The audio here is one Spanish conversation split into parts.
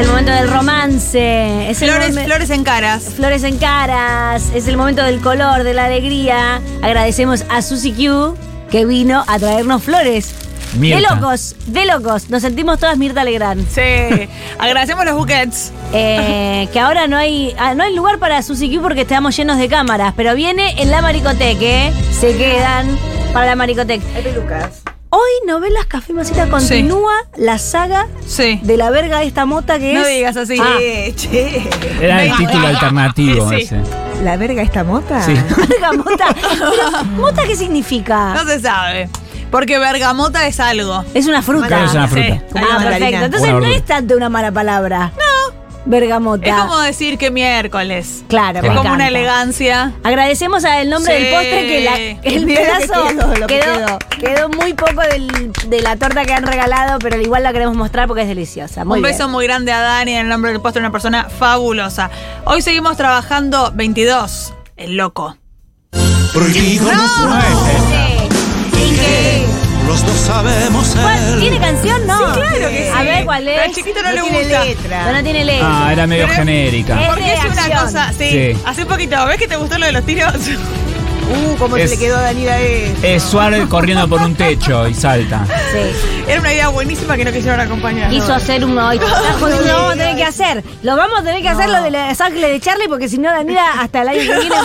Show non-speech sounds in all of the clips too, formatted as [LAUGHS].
el momento del romance. Es el Flores, momen- flores en caras. Flores en caras. Es el momento del color, de la alegría. Agradecemos a Susi Q que vino a traernos flores. De Mirta. locos, de locos. Nos sentimos todas Mirta Legrand. Sí. Agradecemos los buquets. [LAUGHS] Eh, que ahora no hay ah, no hay lugar para Susi Q porque estamos llenos de cámaras, pero viene en la Maricoteque, ¿eh? se quedan para la Maricoteque. Hay pelucas. Hoy Novelas Café Masita continúa la saga Sí. de la verga de esta mota que No es digas así. Ah, Era el título alternativo Sí. ese. ¿La verga esta Ah. mota? Sí. verga mota. Pero, ¿Mota qué significa? No se sabe. Porque bergamota es algo. es una fruta. Claro, es una fruta. Sí. Como una Ah, perfecto. mandarina. Entonces Una no verdura. es tanto una mala palabra. No. Vergamota. Es como decir que miércoles. Claro, Es me como encanta. una elegancia. Agradecemos al nombre Sí. del postre que la- el Mira lo que pedazo quedó, quedó, lo que quedó, muy poco del- de la torta que han regalado, pero igual la queremos mostrar porque es deliciosa. Muy un bien. beso muy grande a Dani en el nombre del postre, una persona fabulosa. Hoy seguimos trabajando 22, el loco. Prohibido no, los dos sabemos ¿Cuál- el ¿Tiene canción? No. claro que A sí. ver cuál Pero es. al chiquito no, No le tiene gusta. letra. No, no tiene ley. Ah, era medio Pero- genérica. Porque es una Reacción. cosa, sí, Sí. Hace poquito, ¿ves que te gustó lo de los tiros? Uh, cómo Es- se le quedó a Daniela eso. Es Suárez corriendo por un techo y salta. Sí. Era una idea buenísima que no quisieron acompañar. Quiso hacer un [LAUGHS] hoy. Carajo, eso Lo vamos a tener que hacer. Lo vamos a tener que hacer lo de los ángeles de Charlie porque si no, Daniela hasta el año que viene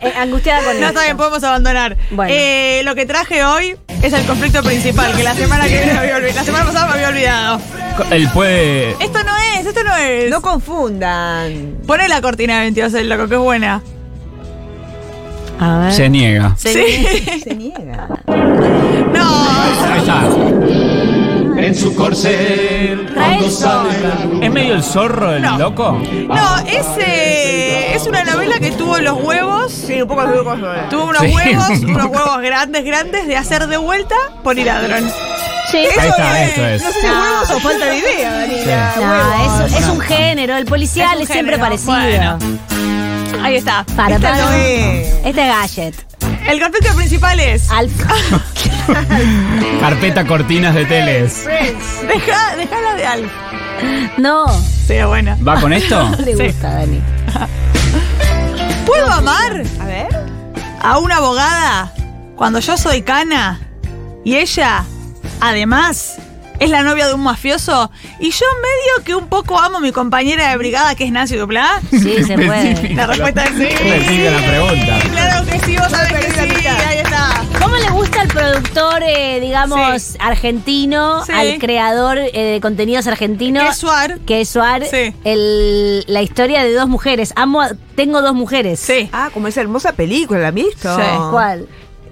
eh, angustiada con esto. No, está bien, podemos abandonar. Bueno. Eh, lo que traje hoy es el conflicto principal, que la semana que viene me había olvidado. La semana pasada me había olvidado. Él puede. Esto no es, esto no es. No confundan. Pone la cortina de 22, el loco, que es buena. A ver. Se niega. Sí. Se niega. no. Ahí está. En su corcel, Trae el sol. ¿Es medio el zorro el No. loco? No, es, eh, es una novela que tuvo los huevos. Sí, un poco los huevos. Tuvo unos Sí, huevos, un unos poco. huevos grandes, grandes, de hacer de vuelta por ir ladrón. Sí. Ah. Ahí está, es. esto es. No sé si No. huevos o falta de idea, Daniela. Sí. No, es, es un género. El policial es, un siempre género, parecido. bueno. Ahí está. Para, Esta para. no es. Este es Gadget. El conflicto principal es. [LAUGHS] Alf. Carpeta cortinas de teles. Deja, dejala de algo. No. Sí, buena. ¿Va con esto? No le Sí. gusta, Dani. ¿Puedo amar? A ver. A una abogada cuando yo soy cana y ella, además, es la novia de un mafioso y yo medio que un poco amo a mi compañera de brigada que es Nancy Duplá. Sí, se puede. La respuesta es sí. Específica la pregunta. Claro que sí, vos sabés que perdí la sí. mitad. Ahí está. ¿Cómo le gusta al productor, eh, digamos, Sí. argentino, Sí. al creador eh, de contenidos argentinos? Que es Suar. Que es Suar, Sí. el- la historia de dos mujeres. Amo, a- tengo dos mujeres. Sí. [LAUGHS] Ah, como esa hermosa película, ¿la han visto? Sí. ¿Cuál?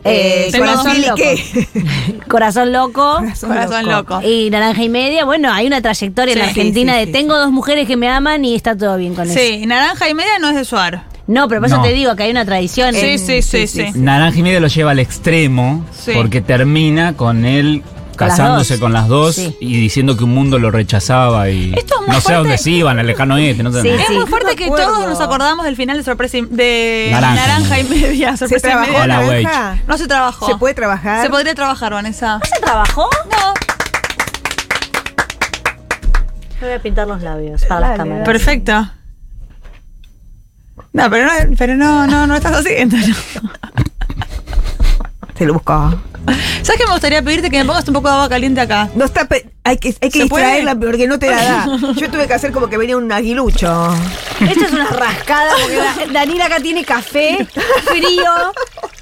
Eh, Tengo dos corazón mil y loco. qué. [LAUGHS] Corazón loco. Corazón loco. Y Naranja y Media, bueno, hay una trayectoria en Sí, la Argentina sí, de sí, tengo dos mujeres que me aman y está todo bien con eso. Sí, naranja y media no es de Suar. No, pero por eso No. te digo que hay una tradición. Sí, en- sí, sí, sí. Naranja y media lo lleva al extremo Sí. porque termina con él Con las casándose dos. con las dos Sí. y diciendo que un mundo lo rechazaba y Esto es muy no sé a dónde fuerte. se iban, al lejano este, no Sí, sé. Es sí. muy fuerte No me que acuerdo. todos nos acordamos del final de sorpresa y, de naranja, Naranja. y media. ¿Se Sorpresa y trabajó media. Hola, la güey. granja? No se trabajó. ¿Se puede trabajar? Se podría trabajar, Vanessa. ¿Se trabajó? No. Me voy a pintar los labios para las las cámaras. cámaras. Perfecto. No, pero no, pero no, no, no estás así. entonces no. Se lo buscó. ¿Sabes qué me gustaría pedirte que me pongas un poco de agua caliente acá? No está. pe- Hay que, hay que ¿Se puede? distraerla porque no te la da. [LAUGHS] Yo tuve que hacer como que venía un aguilucho. Esto es una rascada porque [LAUGHS] la- Daniela acá tiene café frío.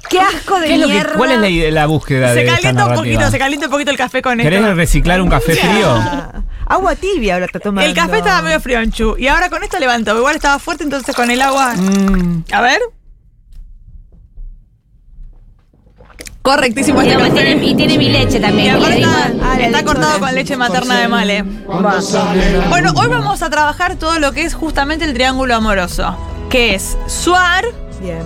Qué asco de ¿Qué es lo que- mierda. ¿Cuál es la, ide- la búsqueda Se de esta calienta un poquito, narrativa? se calienta un poquito el café con ¿Querés esto. reciclar un café frío? Ah, Agua tibia ahora está tomando. El café estaba medio frionchu y ahora con esto levanto. Igual estaba fuerte, entonces con el agua. Mm. A ver. Correctísimo Y este además café. tiene- y tiene mi leche Y también. que aparte le está, dimos. Ah, la está leche cortado de- con leche materna de Male. cuando sale la Bueno, hoy vamos a trabajar todo lo que es justamente el triángulo amoroso, que es Suar, Bien.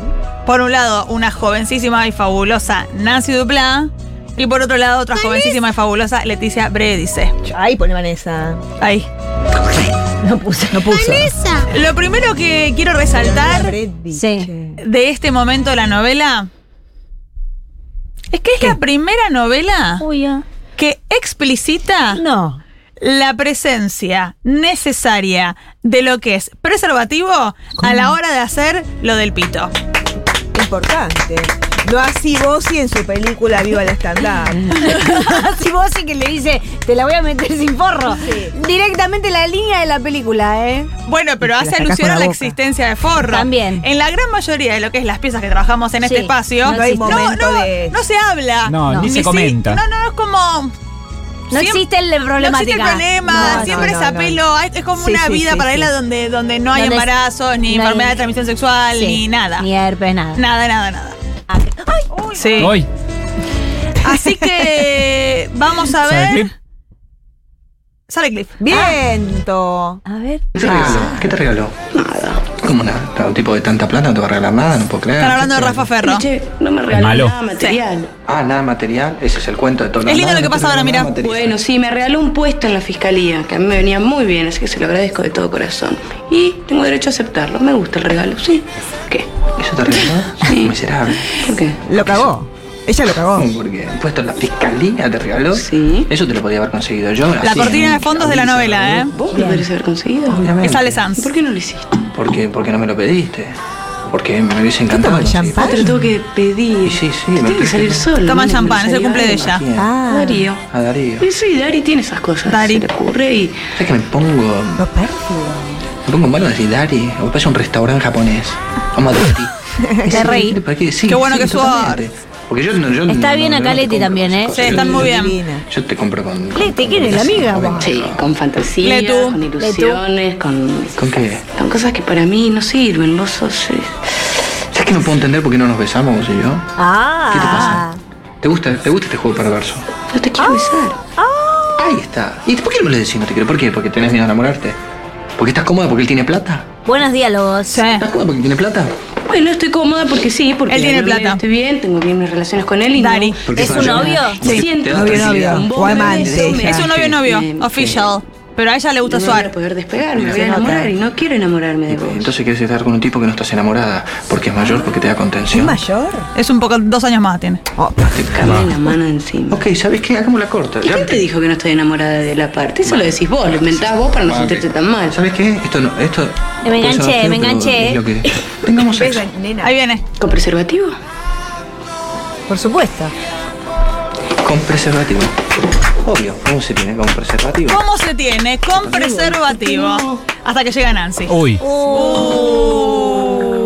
por un lado una jovencísima y fabulosa Nancy Duplá, y por otro lado otra jovencísima y fabulosa Leticia Bredice. Ahí pone Vanessa. Ahí. No puse. No puso. Lo primero que quiero resaltar Sí. de este momento de la novela es que es la primera novela Uy, ah. que explicita No. [LAUGHS] la presencia necesaria de lo que es preservativo a la hora de hacer lo del pito. Importante. No así Bossi en su película Viva el Estándar. Así vos sí que le dice, te la voy a meter sin forro. Directamente la línea de la película, ¿eh? Bueno, pero la hace sacás alusión con a la la boca. existencia de forro. También. En la gran mayoría de lo que es las piezas que trabajamos en Sí, este espacio, no hay momento no, de- no se habla. No, ni se si- comenta. no, no, es como. No Siem- existe el No problema. existe el problema, No, siempre no, es no, apelo. hay- Es como Sí, una sí, vida sí, paralela sí. donde, donde no hay Donde es- embarazos, ni no hay- enfermedad de transmisión sexual, ni nada. Ni herpes, nada. Nada, nada, nada. Ay, Sí. Mm. Hoy. [LAUGHS] Así que vamos a ¿Sabe el clip? ver. Sale clip. Viento. a ver. ¿Qué te regaló? Ah. ¿Qué te regaló? Nada. ¿Cómo nada? Un tipo de tanta plata no te va a regalar nada, no puedo creer. Están hablando de Rafa Ferro. Che, no me regaló Malo. nada material. Ah, nada material, ese es el cuento de todo. Es lindo Nada, lo que no te pasa ahora, regaló mira. nada material. Bueno, sí, me regaló un puesto en la fiscalía, que a mí me venía muy bien, así que se lo agradezco de todo corazón. Y tengo derecho a aceptarlo. Me gusta el regalo, sí. ¿Qué? ¿Eso [LAUGHS] te regaló? Sí. Miserable. ¿Por qué? Lo cagó. Ella lo cagó. ¿Cómo? Porque el puesto en la fiscalía te regaló. Sí. Eso te lo podía haber conseguido yo. La así, cortina de en- fondos de la en- novela, ¿eh? ¿Vos lo podrías haber conseguido? Obviamente. Que sale ¿Y Sans. por qué no lo hiciste? Porque, porque no me lo pediste. Porque me hubiese encantado. toman, conseguirlo. Ah, te lo tengo que pedir. Sí, sí, Te me Tiene que pediste. salir solo. Toman ¿no? champán, es el ¿Salió cumple de algo? ella. ¿A quién? Ah. Darío. A Darío. Y sí, Dari tiene esas cosas. Dari. Se le ocurre y. ¿Sabes que me pongo. Lo pérfido. Me pongo malo decir Dari, o pasa un restaurante japonés. Vamos a [LAUGHS] Leti. Te reí. Qué bueno que suba. Porque yo, no- yo Está no- bien no- acá yo no te Leti compro también, esas ¿eh? cosas. Sí, están muy bien. Divina. Yo te compro con. con- Leti, con ¿quién es la amiga, fantasía, con- vos? Sí, con fantasía, Letu. con ilusiones, con. ¿Con qué? Son cosas que para mí no sirven. Vos sos. eh, ¿Sabes que no puedo entender por qué no nos besamos vos y yo? ¿Qué te Ah. pasa? ¿Te gusta, ¿Te gusta este juego perverso? No te quiero besar. Ahí está. ¿Y por qué no me lo decís no te quiero? ¿Por qué? ¿Porque tenés miedo a enamorarte? ¿Porque estás cómoda porque él tiene plata? Buenos diálogos. ¿Estás cómoda porque tiene plata? Bueno, estoy cómoda porque sí, porque Él tiene lo veo, plata. Estoy bien, tengo bien mis relaciones con él y Dari. no Porque ¿Es esa un persona- novio? porque Sí, te da novio, tranquilidad. novio. Vos O me amante, besás, me ya. Es un besás, novio novio, me- me- official. Pero a ella le gusta No me voy a suar. poder despegar, me voy Se a nota. enamorar y no quiero enamorarme de vos. Entonces quieres estar con un tipo que no estás enamorada, porque es mayor, porque te da ¿Es contención. mayor? Es un poco, dos años más tiene. Sacarme la mano de encima. Ok, ¿sabes qué? Hagamos la corta. ¿Y quién te dijo que no estoy enamorada de la parte? Eso lo decís vos, lo inventás vos para no sentirte tan mal. ¿Sabes qué? Esto no, esto. Me puede sonar enganché, feo, me pero enganché. es lo que- [LAUGHS] Tengamos ¿Ves, sexo. nena? Ahí viene. ¿Con preservativo? Por supuesto. Con preservativo. Obvio, ¿cómo se tiene con preservativo? ¿Cómo se tiene? Con preservativo. Hasta que llega Nancy. Uy. Cuán, Oh.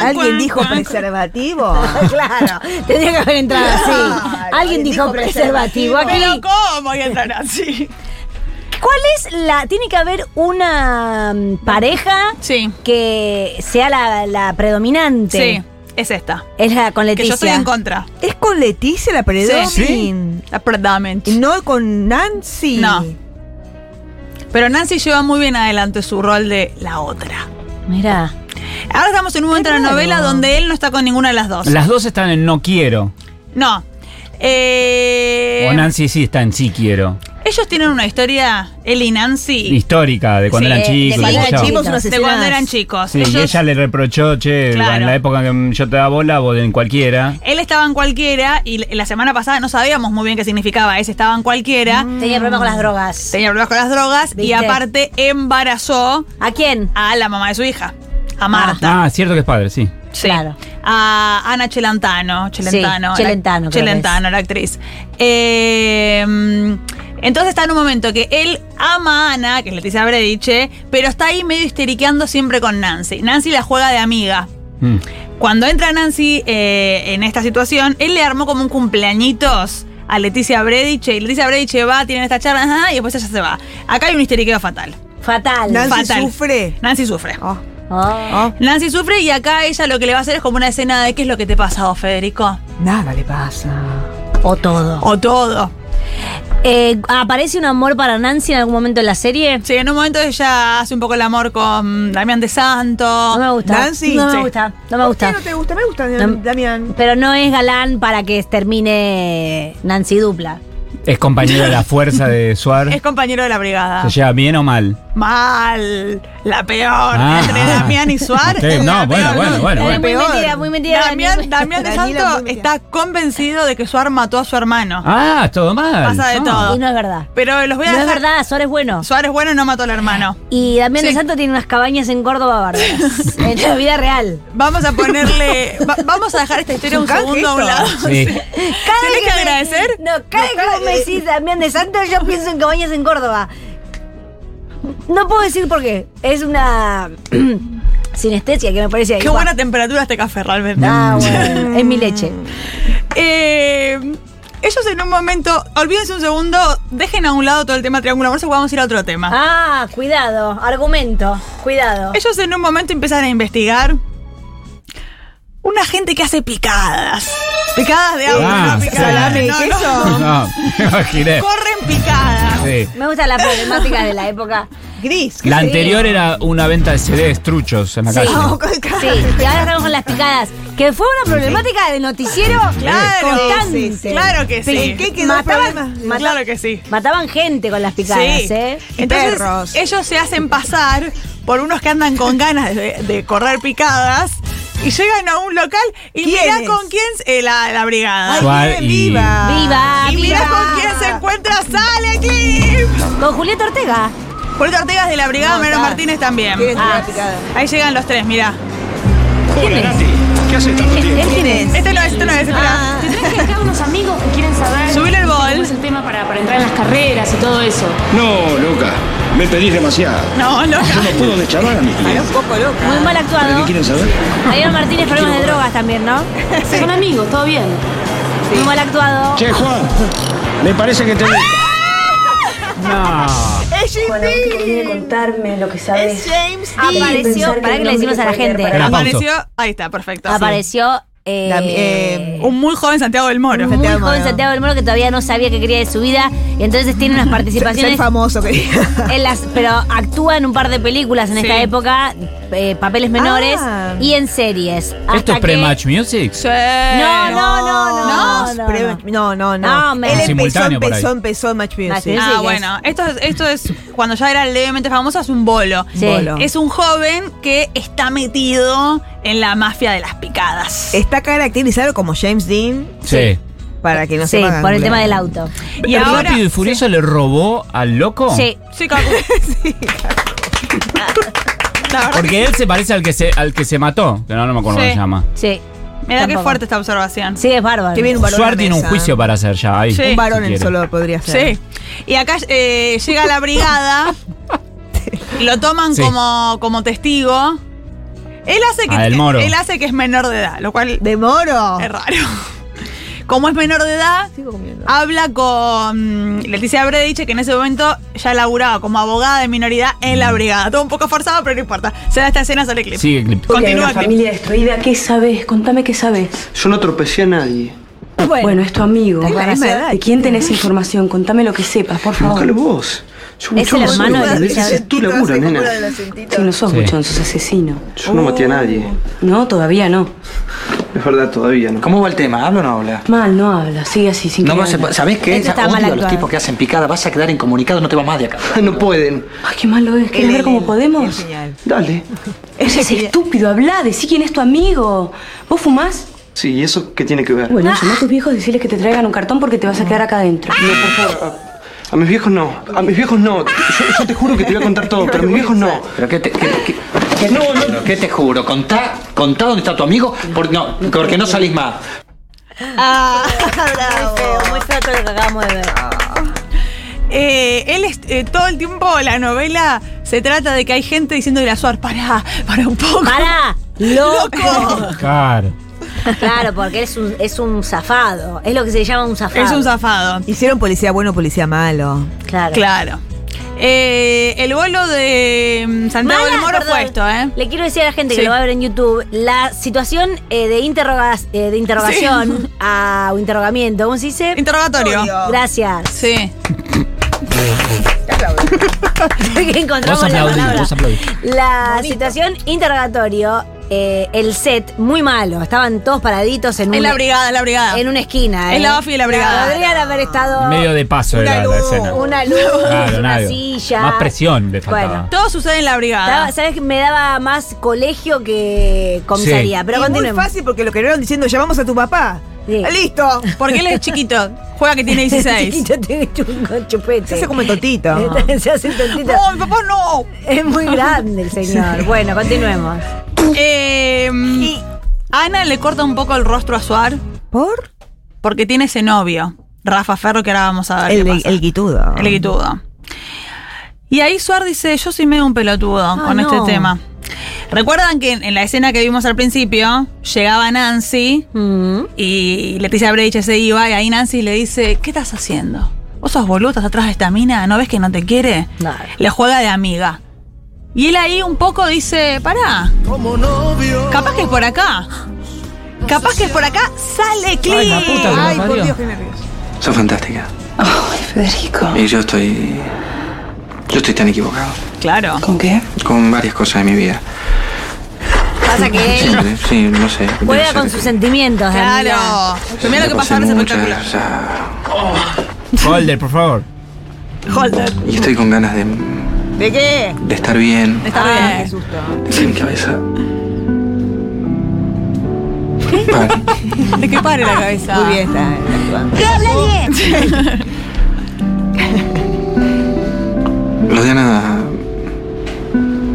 ¿Alguien cuán, dijo cuán. preservativo? Claro, tendría que haber entrado así. Claro, Alguien dijo preservativo aquí. Pero ¿cómo? Y entra Nancy. ¿Cuál es la.? Tiene que haber una mm, pareja Sí. que sea la, la predominante. Sí, es esta. Es la con Que Leticia. yo estoy en contra. ¿Es con Leticia la predomin? La Predominant. ¿Y ¿No con Nancy? No. Pero Nancy lleva muy bien adelante su rol de la otra. Mira. Ahora estamos en un momento de la novela donde él no está con ninguna de las dos. Las dos están en no quiero. No. Eh, O Nancy sí está en sí quiero. ellos tienen una historia, él y Nancy, Histórica, de cuando Sí, eran de chicos. cuando qué eran sé yo. chicos, unas de cuando eran chicos. Sí, y Ellos- ella le reprochó, che, Claro. en la época que yo te daba bola, vos en cualquiera. Él estaba en cualquiera y la- la semana pasada no sabíamos muy bien qué significaba ese estaba en cualquiera. Tenía problemas con las drogas. Tenía problemas con las drogas y ¿Viste? aparte embarazó ¿A quién? a la mamá de su hija, a Marta. Ah, cierto que es padre, sí. Sí. Claro. A Ana Chelentano. Chelentano. Sí, la- Chelentano, creo Chelentano, la actriz. Eh, mm, entonces está en un momento que él ama a Ana, que es Leticia Brediche, pero está ahí medio histeriqueando siempre con Nancy. Nancy la juega de amiga. Mm. Cuando entra Nancy eh, en esta situación, él le armó como un cumpleañitos a Leticia Brediche. Y Leticia Brediche va, tienen esta charla, ajá, y después ella se va. Acá hay un histeriqueo fatal. Fatal. Nancy Fatal. sufre. Nancy sufre. Oh, Oh. oh, Nancy sufre y acá ella lo que le va a hacer es como una escena de qué es lo que te pasa a vos, Federico. nada le pasa. O todo. O todo. Eh, ¿Aparece un amor para Nancy en algún momento de la serie? Sí, en un momento ella hace un poco el amor con Damián de Santo. No me gusta. Nancy, No me sí. gusta. No me ¿Por qué gusta. no te gusta? Me gusta, Dam- Damián. Pero no es galán para que termine Nancy dupla. [LAUGHS] Es compañero de la fuerza de Suar. Es compañero de la brigada. ¿Se lleva bien o mal? mal, la peor, Ah, entre ah. Damián y Suárez. [LAUGHS] Ok, no, bueno, bueno, bueno, Muy Peor. mentira, muy mentira. Damián, Daniel. Damián de Daniela Santo Murcia. está convencido de que Suar mató a su hermano. Ah, todo mal. Pasa de No. todo. Y no es verdad. Pero los voy a No es dejar. verdad, Suárez bueno. Suárez bueno no mató al hermano. Y Damián de Sí. Santo tiene unas cabañas en Córdoba bárbaras. en la vida real. Vamos [LAUGHS] a ponerle. va- vamos a dejar esta historia Es un un canje segundo a un esto. lado. [LAUGHS] Sí. vez ¿Tenés que me- agradecer? No, cada vez que vos me decís Damián de Santo, yo pienso en cabañas en Córdoba. No puedo decir por qué. Es una [CLEARS THROAT] sinestesia que me parece ahí. Qué Buah. buena temperatura este café, realmente. Ah, [LAUGHS] bueno. es mi leche. Eh, ellos en un momento. Olvídense un segundo, dejen a un lado todo el tema triángulo amoroso, porque vamos a ir a otro tema. Ah, cuidado. Argumento. Cuidado. Ellos en un momento empiezan a investigar. Una gente que hace picadas. Picadas de agua, Ah, no picadas. salame de y queso. No, me imaginé. Corren picadas. Sí. Me gustan las problemáticas de la época. Gris. ¿qué La sé? anterior era una venta de CDs truchos en la Sí. calle. Sí, y ahora estamos con las picadas. Que fue una problemática de noticiero Claro, constante. sí, sí. Claro que sí. ¿En qué quedó el Mataban, problema? mata- Claro que sí. mataban gente con las picadas, Sí. ¿eh? Entonces, Perros. ellos se hacen pasar por unos que andan con ganas de, de correr picadas y llegan a un local y ¿Quién mirá es? con quién eh, la, la brigada. Suárez. Ay, bien, y- viva. ¡Viva! y mirá ¡Viva! con quién se encuentra Sale Clip. Con Julieta Ortega. Julieta Ortega es de la brigada, Mero está. Martínez también. ¿Quién es Ah. la picada? Ahí llegan los tres, mirá. ¿Quién es? ¿Qué hace tanto tiempo? ¿Quién es? Este no es, este no es, Ah. espera. Te traje acá unos amigos que quieren saber Subile el cómo bol. es el tema para, para entrar en las carreras y todo eso. No, loca, me pedís demasiado. No, no. Yo no puedo deschavar a mis clientes. Un poco loca. Muy mal ¿Para qué actuado. quieren saber? Daniel Martínez, problemas de drogas también, ¿no? Son amigos, todo bien. Muy mal actuado. Che, Juan, me parece que te... No. Es James Apareció, para que le decimos a la gente. Espera, pauso. Apareció. Ahí está, perfecto. sí. Apareció eh, Dam- eh, Un muy joven Santiago del Moro. muy Santiago joven Moro. Santiago del Moro que todavía no sabía qué quería de su vida. Y entonces tiene [LAUGHS] unas Ser participaciones famoso, querida. En las, pero actúa en un par de películas en Sí. esta época, eh, papeles menores Ah. y en series. ¿Esto Hasta es que- pre-match music? Sí. No, no, no, no. No, pero- no, no. No, me- Él empezó, Simultáneo por ahí. empezó, empezó en Match Music. Match Music. Ah, que bueno, esto es, esto es cuando ya era levemente famoso, es un bolo. Sí. Bolo. Es un joven que está metido en la mafia de las picadas. Está caracterizado como James Dean, Sí. para que no Sí, sepan por el googlear. tema del auto. Y ¿El ahora- Rápido y Furioso le robó al loco? Sí. Sí, Cacu. La verdad que Porque él se parece al que se, al que se mató. Que no, no me acuerdo Sí. cómo se llama. Sí, me da que Tampoco. fuerte esta observación. sí, es bárbaro. [LAUGHS] Que viene un varón. Suárez en tiene un mesa. juicio para hacer ya. Ahí. Sí. Un varón Si en quiere. solo podría ser. Sí. Y acá eh, llega la brigada, lo toman Sí. como, como testigo. Él hace, que, Ah, el Moro. él hace que es menor de edad, lo cual ¿De Moro? es raro. Como es menor de edad, Ah. Sigo comiendo. Habla con mm, Leticia Brediche, que en ese momento ya laburaba como abogada de minoridad en la brigada. Todo un poco forzado, pero no importa. Se da esta escena, sale el clip. Sigue el clip. Continúa el clip. familia destruida, ¿qué sabes? Contame qué sabes. Yo no tropecé a nadie. Bueno, Bueno, es tu amigo. Es la misma edad. ¿De quién tenés información? Contame lo que sepas, por Búscalo favor. vos. Yo, Oh. Es yo el no sé hermano lo que de tenés, Elizabeth. ese es tu laburo, nena. Si no sos Sí. buchón, sos asesino. Yo no maté a nadie. No, todavía no. Es verdad, todavía no. ¿Cómo va el tema? ¿Habla o no habla? Mal, no habla, sigue así, sin No que vas a, habla. ¿Sabés qué? Este Esto está Odio mal a los actuado. tipos que hacen picada. Vas a quedar incomunicado, no te vas más de acá. [LAUGHS] No pueden. Ay, qué malo es. ¿Quieres Él, ver él, cómo él, es podemos? genial. Dale. Ese es estúpido, habla, decí quién es tu amigo. ¿Vos fumás? Sí, ¿y eso qué tiene que ver? Bueno, llama a tus viejos y decirles que te traigan un cartón porque te vas a quedar acá adentro. No, por favor. A, a mis viejos no. A mis viejos no. Yo, yo te juro que te voy a contar todo, pero a mis viejos no. ¿Pero qué te, qué, qué- qué- qué te juro? Contá, contá dónde está tu amigo, porque no, porque no salís más. Ah, bravo. Muy feo todo lo que acabamos de ver. Eh, él es- eh, todo el tiempo, la novela se trata de que hay gente diciéndole a Suar, pará, pará un poco. ¡Para! ¡Loco! Claro. claro, porque él es un, es un zafado. Es lo que se llama un zafado. Es un zafado. Hicieron policía bueno, policía malo. Claro. Claro. Eh, el bolo de mm, Santiago Malas, del Moro perdón. fue esto, ¿eh? Le quiero decir a la gente Sí. que lo va a ver en YouTube, la situación eh, de, interroga- eh, de interrogación a o interrogamiento, ¿cómo se dice? Interrogatorio. Gracias. [LAUGHS] Sí. que encontramos Vos aplaudís, la palabra. vos aplaudís. La situación interrogatorio eh, el set muy malo. Estaban todos paraditos en Es un- la brigada, es la brigada. En una esquina. Es ¿eh? la Buffy de la brigada. Podrían haber estado. En medio de paso una era la luz, escena. Una luz, Claro, una nadie. silla. Más presión le faltaba. Bueno. Todo sucede en la brigada. Daba- ¿Sabes que me daba más colegio que comisaría? Sí. Pero Y [LAUGHS] muy continuemos. fácil porque lo quedaron diciendo, llamamos a tu papá. Ah, Sí. Listo. Porque él es chiquito. Juega que [LAUGHS] tiene 16. Chiquito tiene chungo, chupete. Se hace como el totito. [LAUGHS] Se hace tontito. ¡No, Oh, mi papá no! Es muy grande el señor. Bueno, continuemos. Eh, Ana le corta un poco el rostro a Suar [LAUGHS] ¿Por? porque tiene ese novio, Rafa Ferro, que ahora vamos a ver. El, qué pasa. el Ah. guitudo. El guitudo. Y ahí Suar dice, yo soy medio un pelotudo Ah, con no. este tema. Recuerdan que en en la escena que vimos al principio, llegaba Nancy Mm. y Leticia Breich se iba y ahí Nancy le dice, ¿qué estás haciendo? ¿Vos sos boludo? ¿Estás atrás de esta mina? ¿No ves que no te quiere? Claro. Le juega de amiga. Y él ahí un poco dice, pará. Capaz que es por acá. Capaz que es por acá. Sale Ay, la clic. puta que me Ay, por parió. Dios, qué nervios. Sos fantástica. Ay, Federico. Y yo estoy. Yo estoy tan equivocado. Claro. ¿Con qué? Con varias cosas de mi vida. Pasa que él Siempre, sí, no sé. Debe Eh, juega ser con que- sus sentimientos. amiga. Claro. Pero mira lo que Yo pasa pasé ahora es muchas, espectacular. o sea, Holder, por favor. Holder. y estoy con ganas de, ¿De qué? de estar bien. Está Ah, bien. qué susto. Sí, mi cabeza. Vale. Es que pare la cabeza. Muy bien está. Lo de Ana.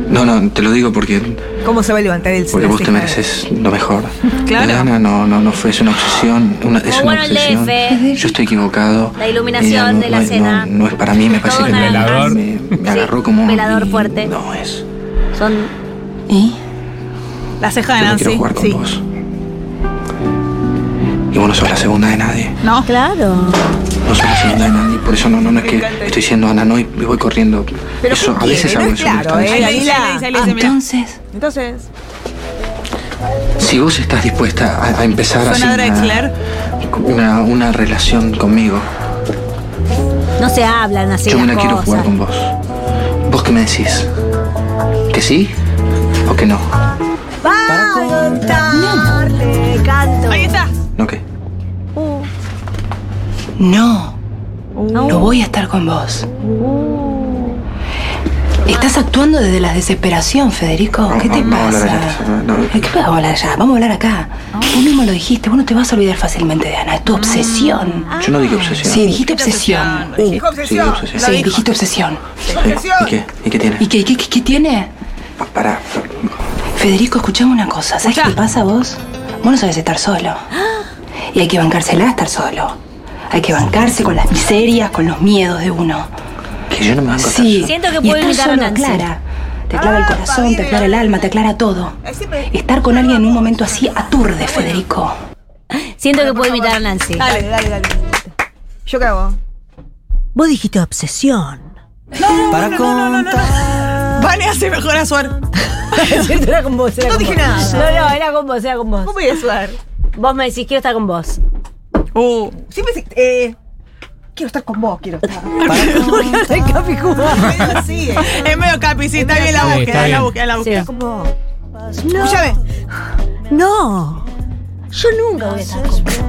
No, no, te lo digo porque, ¿Cómo se va a levantar el porque la vos te ceja? mereces lo mejor. Claro. Lo de Ana no, no, no fue, es una obsesión. Una, es Como una bueno el obsesión. DF. Yo estoy equivocado. La iluminación Ella de la no, cena. No, no es para mí, me parece Todo que me, naranjas. me- me Sí, agarró como. un- velador fuerte. No es. Son ¿Y? La ceja de Yo no quiero Nancy. jugar con Ah, Sí. vos. Y vos no sos la segunda de nadie. No. Claro. No soy la segunda de nadie. Por eso no, no, no es que estoy siendo Ana, no, y y voy corriendo. Pero eso ¿qué a veces quiere? hago No es eso. me claro, está Ahí ¿eh? le dice, diciendo. ahí le dice, ahí le dice, mirá. Entonces, Entonces, Si vos estás dispuesta a, a empezar así Suena una, Drexler. una, una relación conmigo, No se hablan así yo me las la quiero cosas. jugar con vos. ¿Vos qué me decís? ¿Que sí o que no? Va a contarle canto. Ahí está. ¿No qué? No. No voy a estar con vos. Estás actuando desde la desesperación, Federico. No, ¿Qué no, te no voy a hablar allá, pasa? no, no. Ay, ¿Qué vas a hablar allá? Vamos a hablar acá. Oh. Vos mismo lo dijiste, vos no te vas a olvidar fácilmente de Ana. Es tu Ah. obsesión. Yo no dije obsesión. Sí, dijiste obsesión. dijo Sí, obsesión. obsesión. Sí, dijiste obsesión. Sí. ¿Y qué? ¿Y qué tiene? ¿Y qué, qué, qué- qué tiene? Pa- Pará. Federico, escuchame una cosa. ¿Sabes qué Escuchá. te pasa a vos? Vos no sabes estar solo. Ah. Y hay que bancársela a estar solo. Hay que bancarse con las miserias, con los miedos de uno. Que yo no me banco Sí. tanto. Siento que Y puedo estar imitar a solo Nancy. aclara. Te aclara el Ah, corazón, te Fabio. aclara el alma, te aclara todo. Ahí siempre- Estar con alguien en un momento así aturde, Federico. Siento que puedo imitar a Nancy. Dale, dale, dale. Yo qué hago. Vos dijiste obsesión. Para no, no, no, no, no. Vale, hace mejor a Suar. [LAUGHS] era con vos. Era No con dije vos. nada. No, no, era con vos, era con ¿Cómo vos. voy a sudar? Vos me decís, quiero estar con [LAUGHS] vos. Uh. Siempre se- eh, quiero estar con vos, quiero estar. Porque soy Capicuba. Medio así, eh. Es medio capi, sí, está bien la capi. Sí, búsqueda, está la bien. búsqueda, la búsqueda. Sí. Con vos. Escúchame. No. Yo nunca voy a estar con vos.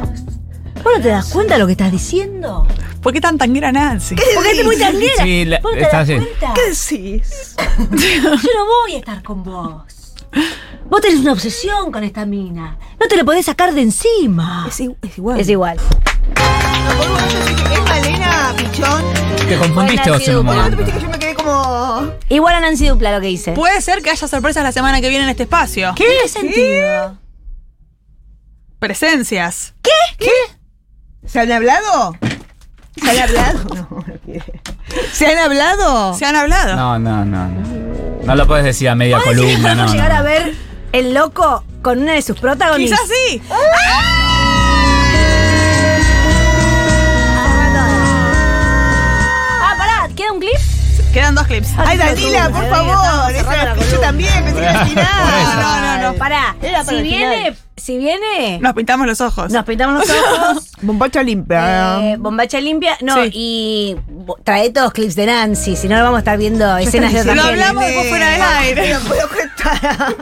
¿Vos no te das cuenta de lo que estás diciendo? ¿Por qué tan tanguera Nancy? Porque es muy tanguera. Sí, la- ¿Vos no te está das así. cuenta? ¿Qué decís? [LAUGHS] Yo no voy a estar con vos. Vos tenés una obsesión con esta mina. No te la podés sacar de encima. Es, i- es igual. Es igual. Es Malena Pichón. Te confundiste Hola, vos en Cidu. un ¿No momento. viste que yo me quedé como. Igual a Nancy Dupla lo que hice. Puede ser que haya sorpresas la semana que viene en este espacio. ¿Qué? ¿Qué sentido? Presencias. ¿Se han hablado? ¿Se han hablado? No, no quiere. ¿Se han hablado? ¿Se han hablado? No, no, no. No, no lo puedes decir a media ¿Podés decir que columna, no. podemos llegar no. a ver el loco con una de sus protagonistas? Quizás sí. Ah, pará, ¿queda un clip? Quedan dos clips. Ay, Danila, por favor. Esa, yo también pensé que era al Ah, final. No, no, no. Pará. Era para Si el viene, si viene, Nos pintamos los ojos. nos pintamos los ojos. Bombacha limpia. eh, bombacha limpia. No, Sí. y bo- trae todos clips de Nancy, si no, no vamos a estar viendo escenas de está otra Lo diciendo- gente. hablamos después fuera del aire. No puedo contar.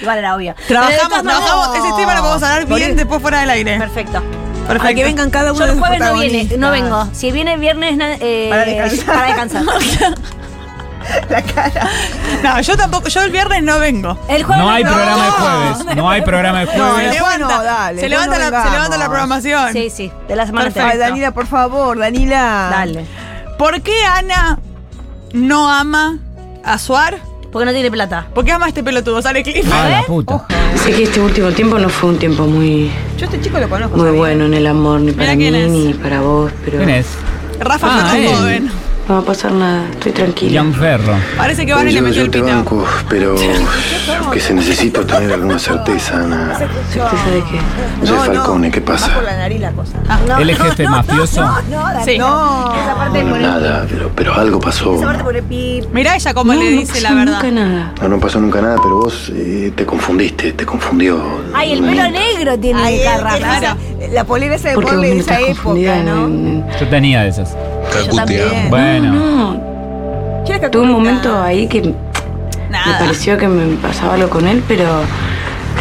Igual era obvio. Trabajamos, trabajamos. Ese tema lo vamos a hablar bien después fuera del aire. Perfecto. Perfecto. que vengan cada Yo el jueves no, viene, no vengo. Si viene viernes na- eh, Para descansar. para descansar. No, yo tampoco. Yo el viernes no vengo. El jueves No hay vengo. programa de [LAUGHS] jueves. No hay programa de No, jueves. levanta, no, dale, se, después levanta no la, se vengamos. levanta la programación. Sí, sí, de la semana Perfecto. anterior. Ay, Danila, por favor, Danila. Dale. ¿Por qué Ana no ama a Suar? Porque no tiene plata. ¿Por qué ama a este pelotudo? Sale clip. Ah, la puta. Sé que este último tiempo no fue un tiempo muy, Yo a este chico lo conozco. muy ¿sabía? bueno en el amor, ni Mirá para mí quién es. ni para vos, pero ¿Quién no es? Rafa Ah, Frutos él. joven. va a pasar nada, estoy tranquila. Jan Ferro. Parece que Vane le metió el te pito. banco, pero lo que se necesita es tener alguna certeza, Ana. ¿Certeza de qué? José No, no. Falcone, ¿qué Va por pasa? la nariz la cosa. Ah, Él es jefe mafioso. No, Dani, Sí. No. esa parte Bueno, por el- nada, pero, pero algo pasó. esa parte por el pi. Mirá ella cómo No, le no dice pasó la verdad. Nunca nada. No, no pasó nunca nada, pero vos eh, te confundiste, te confundió. Ay, el pelo negro tiene Ahí, Carrafa. Eh, esa- La polera esa de Porque vos porle me de esa estás época, confundida ¿no? en- en- Yo tenía de esas. Yo también. Bueno. No, no. Quiero que Tuve un actúe. momento ahí que me Nada. pareció que me pasaba algo con él, pero.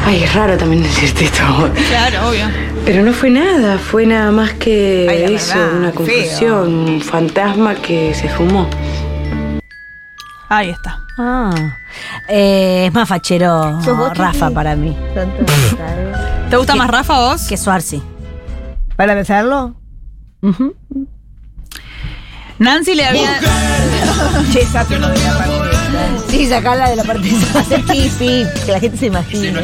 Ay, es raro también [LAUGHS] decirte esto. Claro, obvio. Pero no fue nada, fue nada más que Ay, la eso, verdad, una feo. confusión, un fantasma que se fumó. Ahí está. Ah. Eh, es más fachero ¿Sos vos, Rafa Titi? para mí Tanto, ¿sabes? ¿Te gusta más Rafa vos? que Suarzi. ¿Para besarlo? Nancy le había. Che, sáquelo de la parte. Sí, sacarla de la parte de [LAUGHS] hacer pipi, que la gente se imagine.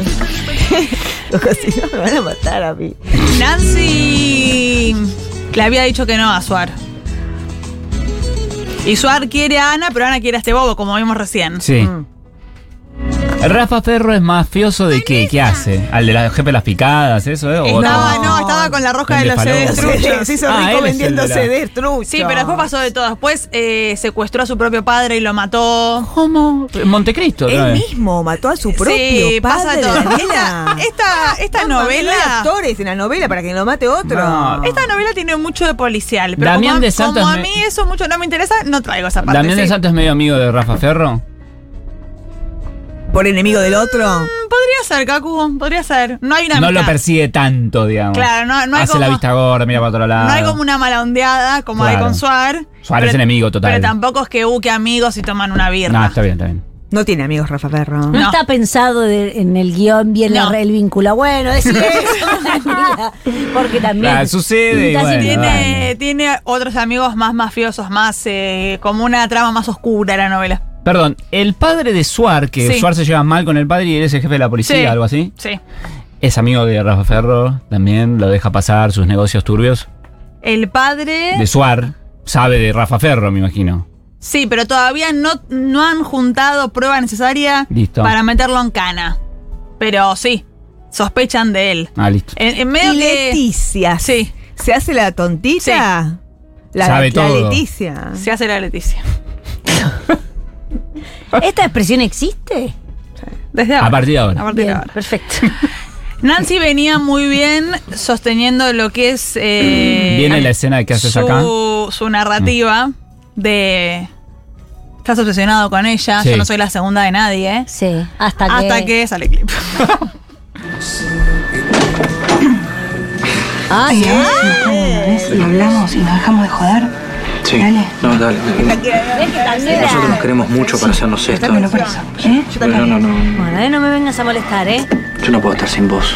[LAUGHS] Loco, si no me van a matar a mí. Nancy le había dicho que no a Suar. Y Suar quiere a Ana, pero Ana quiere a este bobo, como vimos recién. Sí. Rafa Ferro es mafioso de qué? ¿Qué hace? ¿Al de la jefe de las picadas, eso? Eh? ¿O otro? Estaba, no, estaba con la roja de Vende los CDs falopa. truchos. Se hizo Ah, él es rico el vendiendo de la- CDs, trucho. Sí, pero después pasó de todo. Después eh, secuestró a su propio padre y lo mató. ¿Cómo? Montecristo, otra Él vez. mismo mató a su propio sí, padre. pasa de todo. Daniela. Esta, esta, esta Mamma mía, hay novela. actores en la novela para que no mate otro. No. Esta novela tiene mucho de policial, pero Damián como, a- de Santos como a me- mí eso mucho no me interesa, no traigo esa parte. Damián de sí. Santos es medio amigo de Rafa Ferro. Por enemigo del otro. Mm, Podría ser, Kaku, podría ser. No hay una No amistad. lo persigue tanto, digamos. Claro, no- no hay Hace como- la vista gorda, mira para otro lado. No hay como una mala ondeada como hay Ah. Claro. con Suar. Suar es enemigo total. Pero tampoco es que uh, que amigos y toman una birra. No, está bien, está bien. No tiene amigos Rafa Perro. No, No. está pensado de- en el guión bien No. la- el vínculo. Bueno, [LAUGHS] decir eso, Daniela, porque también. Ah, sucede y Estás bueno, sintiendo- dale. Tiene, tiene otros amigos más mafiosos, más eh, como una trama más oscura la novela. Perdón, el padre de Suar, que Sí. Suar se lleva mal con el padre y él es el jefe de la policía, Sí. algo así, Sí. es amigo de Rafa Ferro, también lo deja pasar sus negocios turbios. El padre. De Suar, sabe de Rafa Ferro, me imagino. Sí, pero todavía no, no han juntado prueba necesaria Listo. para meterlo en cana. Pero sí, sospechan de él. Ah, listo. En, en medio Y que- Leticia. Sí, ¿Se hace la tontita? La, Sabe la todo. Leticia. se hace la Leticia. ¿Esta expresión existe? Desde ahora. A partir de A ahora. partir de Bien, ahora. perfecto. [LAUGHS] Nancy venía muy bien sosteniendo lo que es. eh, Viene la escena que haces su, acá. Su narrativa de. Estás obsesionado con ella, Sí. yo no soy la segunda de nadie. ¿eh? Sí, hasta que. Hasta que sale clip. Ay, Y hablamos y nos dejamos de joder. Sí. Dale. No, dale. ¿ves que también era- Nosotros nos queremos mucho para hacernos esto. Dámelo por eso. ¿Eh? No, no, no. Bueno, eh, no me vengas a molestar, ¿eh? Yo no puedo estar sin vos.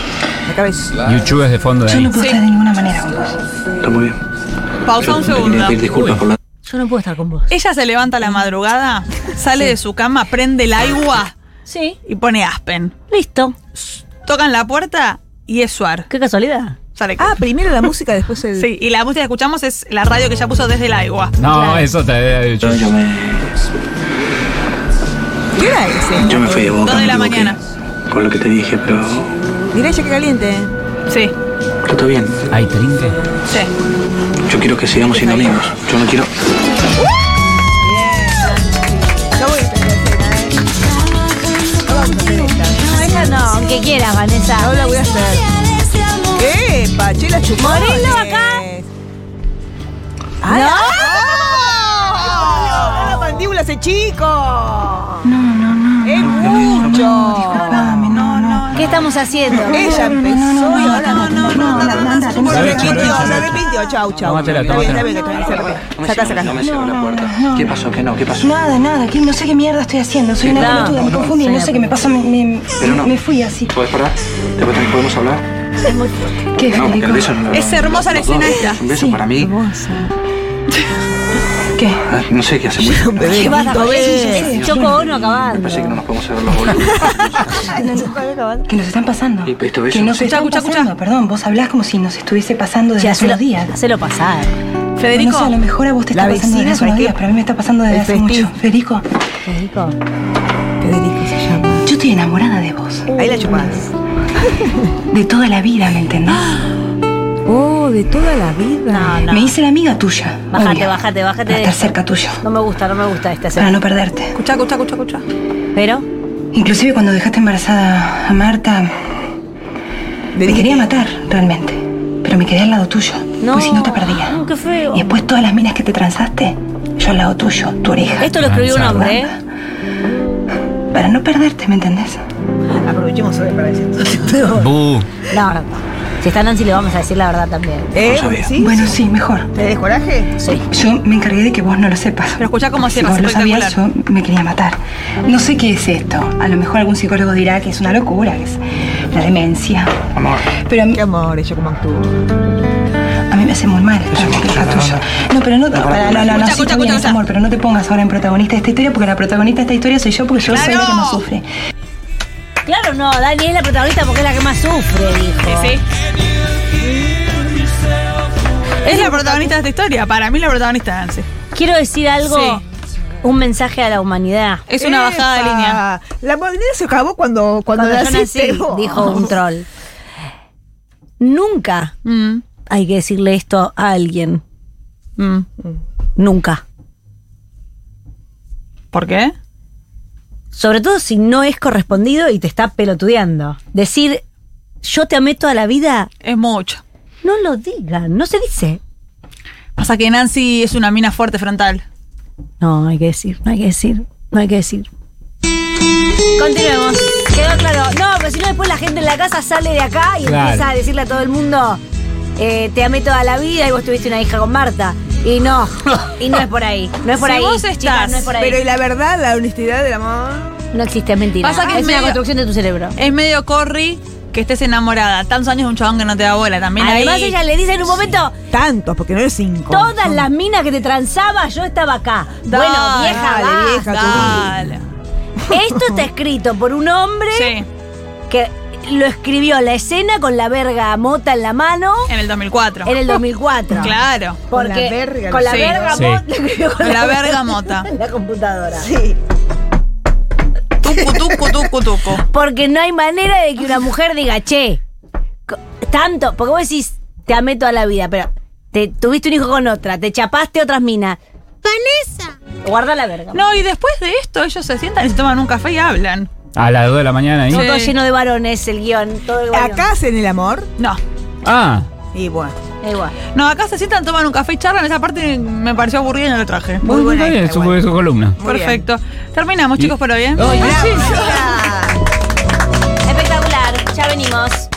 YouTube es de fondo de Yo no ahí. puedo estar de ninguna manera con vos. Está muy bien. Pausa un Yo te segundo. quería pedir disculpas por la. Yo no puedo estar con vos. Ella se levanta a la madrugada, sale de su cama, prende el agua Sí, y pone Aspen. listo. Tocan la puerta y es Suar. Qué casualidad. Sale clip. Ah, primero la música, después el. Sí, y la música que escuchamos es la radio que ya puso desde el agua. No, eso te había dicho. Yo, yo me. ¿Qué era ese? Yo me fui de boca. Dos de me la equivoqué Con lo que te dije, pero. Mirá ella que caliente. Sí, Pero está bien. Ay, trinque. sí. Yo quiero que sigamos siendo amigos. Yo no quiero. No voy a tener escena, ¿eh? No vamos a hacer esta. No, esa no, aunque quieras, Vanessa. No la voy a hacer. ¡Epa! Che, la chupones. Morelo acá. ¡Ah! ¡No! ¡No! La mandíbula se chico. No, no, no. Es mucho. no, no. ¿Qué estamos haciendo? Ella empezó y ahora no, no, no, no. Se Sabés que repitió, no, no. se repitió. Chau, chau. Tómatela, Está bien, tómatela. está bien, está bien, está bien. No me Sacá, cierro, sacá. no me cierro la puerta. ¿Qué pasó? ¿Qué no? ¿Qué pasó? Nada, nada, que no sé qué mierda estoy haciendo. Soy una No, pelotuda, me no, confundí, no, no sí. sé qué me pasó, me, me- Pero no. me fui así. ¿Puedes parar? ¿Te parece que podemos hablar? Qué No, rico. el beso no, no, Es no, hermosa la los dos. escena esta. Un beso para mí. ¿Qué? Ah, No sé qué hace mucho. ¿Qué vas a hacer? Choco Ono Me acabando. parece que no nos podemos cerrar los bolos. [LAUGHS] Que nos están pasando. Y esto beso. Que nos están pasando, perdón, vos hablás como si nos estuviese pasando desde Ya, hace hacelo, unos días. hacelo pasar. Federico. No sé, a lo mejor a vos te La está pasando desde vecina, hace unos ¿sabes qué? días, pero a mí me está pasando desde El hace festín. mucho. Federico. Federico. Federico se llama. Yo estoy enamorada de vos. Ahí la chupás. De toda la vida, ¿me entendés? Oh, de toda la vida. Ah, no. Me hice la amiga tuya. Bájate, obvio, bájate, bájate. Para de estar esto. cerca tuyo. No me gusta, no me gusta esta Para escena. no perderte. Escucha, escucha, escucha, escucha. Pero. Inclusive cuando dejaste embarazada a Marta, me quería matar realmente. Pero me quedé al lado tuyo. No. Pues si no te perdía. No, qué feo. Y después todas las minas que te transaste, eh, yo al lado tuyo, tu oreja. Esto lo escribió un hombre, ¿eh? Para no perderte, ¿me entendés? Aprovechemos hoy para decir. Bu. No, no. Si está Nancy, le vamos a decir la verdad también. ¿Eh? ¿Sí? Bueno, sí, mejor. ¿Te des coraje? Sí. Yo me encargué de que vos no lo sepas. Pero escuchá cómo si cierra, vos lo espectacular. sabías, yo me quería matar. No sé qué es esto. A lo mejor algún psicólogo dirá que es una locura, que es la demencia. Amor. Pero a mí, Qué amor, ella como actúa. a mí me hace muy mal estar cerca tuyo. No, pero no, para, no, no, no, Escucha, sí, escucha, también escucha. es amor, pero no te pongas ahora en protagonista de esta historia, porque la protagonista de esta historia soy yo, porque yo soy la que ¡Claro! más sufre. Eh, Claro, no. Dani es la protagonista porque es la que más sufre, dijo. Sí, sí. Es la protagonista de esta historia. Para mí la protagonista es Nancy. Quiero decir algo. Un mensaje a la humanidad. Es una bajada de Epa. línea. La moneda se acabó cuando, cuando, Cuando yo naciste, nací, vos. dijo un troll. Nunca Mm, hay que decirle esto a alguien. mm. Nunca. ¿Por qué? Sobre todo si no es correspondido y te está pelotudeando. Decir, yo te amé toda la vida, Es mucho. no lo digan, no se dice. Pasa que Nancy es una mina fuerte frontal. No, no hay que decir, no hay que decir, no hay que decir. Continuemos. Quedó claro. No, pero si no, después la gente en la casa sale de acá y Claro. empieza a decirle a todo el mundo: eh, Te amé toda la vida y vos tuviste una hija con Marta. Y no, y no es por ahí. No es por Si ahí. vos chicas, estás, no es por ahí. Pero y la verdad, la honestidad del amor. No existe, es mentira. Pasa que es es una medio- construcción de tu cerebro. Es medio corri que estés enamorada. Tantos años de un chabón que no te da bola. También Además, ahí- ella le dice en un momento: Tantos, porque no es cinco. Todas las minas que te transaba, yo estaba acá. Dale, bueno, vieja, dale, basta. vieja, Dale. Esto está escrito por un hombre Sí, que lo escribió la escena con la verga mota en la mano en el 2004. en el 2004. [LAUGHS] Claro. Porque Con la verga, con la sí. verga Sí. mota. [LAUGHS] lo escribió Con la verga mota. En la computadora. Sí. Tucu, tucu, tucu, tucu. [LAUGHS] Porque no hay manera de que una mujer diga, che, co- tanto. Porque vos decís, te amé toda la vida, pero te tuviste un hijo con otra, te chapaste otras minas. ¡Vanessa! Guarda la verga. No, y después de esto, ellos se sientan y se toman un café y hablan. A las 2 de la mañana ahí. Todo, todo Sí. lleno de varones, el guión. Todo el guión. Acá hacen el amor. No. Ah, Y bueno. Da igual. No, acá se sientan, toman un café y charlan. Esa parte me pareció aburrida y no la traje. Muy buena está bien, esta, su, igual. su columna. Muy bien. Perfecto. Terminamos, chicos, pero bien. Ay, Bravo, amiga. Espectacular. Ya venimos.